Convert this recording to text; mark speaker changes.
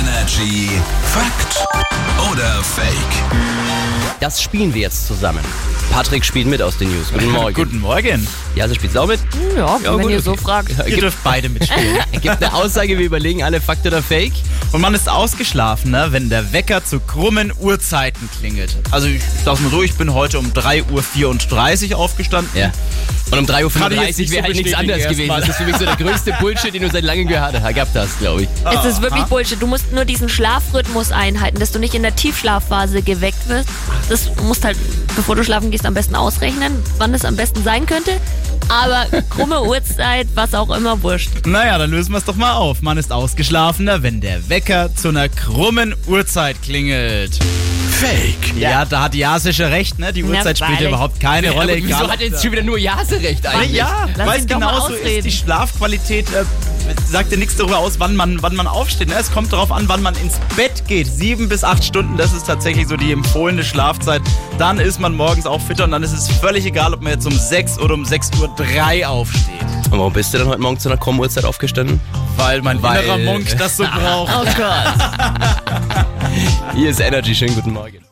Speaker 1: Energy Fakt oder Fake?
Speaker 2: Das spielen wir jetzt zusammen. Patrick spielt mit aus den News. Guten Morgen.
Speaker 3: Guten Morgen.
Speaker 2: Jase spielt auch mit.
Speaker 4: Ja,
Speaker 2: Ja,
Speaker 4: wenn
Speaker 2: gut,
Speaker 4: ihr so
Speaker 2: okay.
Speaker 4: fragt.
Speaker 3: Ihr dürft beide mitspielen.
Speaker 2: Gibt eine Aussage, wir überlegen alle Fakt oder Fake.
Speaker 3: Und man ist ausgeschlafener, wenn der Wecker zu krummen Uhrzeiten klingelt. Also ich sag's mal so, ich bin heute um 3.34 Uhr aufgestanden.
Speaker 2: Ja. Und um 3.35 Uhr wäre
Speaker 3: nicht so
Speaker 2: halt nichts
Speaker 3: bestätigen
Speaker 2: anderes gewesen.
Speaker 3: erstmal.
Speaker 2: Das ist für mich so der größte Bullshit, den du seit langem gehört hast, gehabt hast, glaube ich.
Speaker 4: Es ist wirklich Bullshit. Du musst nur diesen Schlafrhythmus einhalten, dass du nicht in der Tiefschlafphase geweckt wirst. Das musst halt, bevor du schlafen gehst, am besten ausrechnen, wann es am besten sein könnte. Aber krumme Uhrzeit, was auch immer, wurscht.
Speaker 3: Naja, dann lösen wir es doch mal auf. Man ist ausgeschlafener, wenn der Wecker zu einer krummen Uhrzeit klingelt.
Speaker 1: Fake.
Speaker 3: Ja, da hat Jase schon recht, ne? Die
Speaker 4: Na,
Speaker 3: Uhrzeit spielt
Speaker 4: freilich.
Speaker 3: überhaupt keine Rolle.
Speaker 2: Aber wieso
Speaker 3: egal,
Speaker 2: hat
Speaker 3: ob
Speaker 2: jetzt schon wieder nur Jase recht
Speaker 3: Ah,
Speaker 2: eigentlich?
Speaker 3: ja,
Speaker 4: Lass
Speaker 3: weil
Speaker 4: ihn
Speaker 3: es
Speaker 4: doch mal
Speaker 3: genauso ist.
Speaker 4: ausreden.
Speaker 3: Die Schlafqualität äh, sagt ja nichts darüber aus, wann man, wann man aufsteht. Ne? Es kommt darauf an, wann man ins Bett geht. Sieben bis acht Stunden, das ist tatsächlich so die empfohlene Schlafzeit. Dann ist man morgens auch fitter und dann ist es völlig egal, ob man jetzt um sechs oder um 6.03 Uhr drei aufsteht.
Speaker 2: Und warum bist du dann heute Morgen zu einer krummen Uhrzeit aufgestanden?
Speaker 3: Weil mein
Speaker 2: Weil-
Speaker 3: innerer Monk das so braucht.
Speaker 2: Hier ist Energy. Schönen guten Morgen.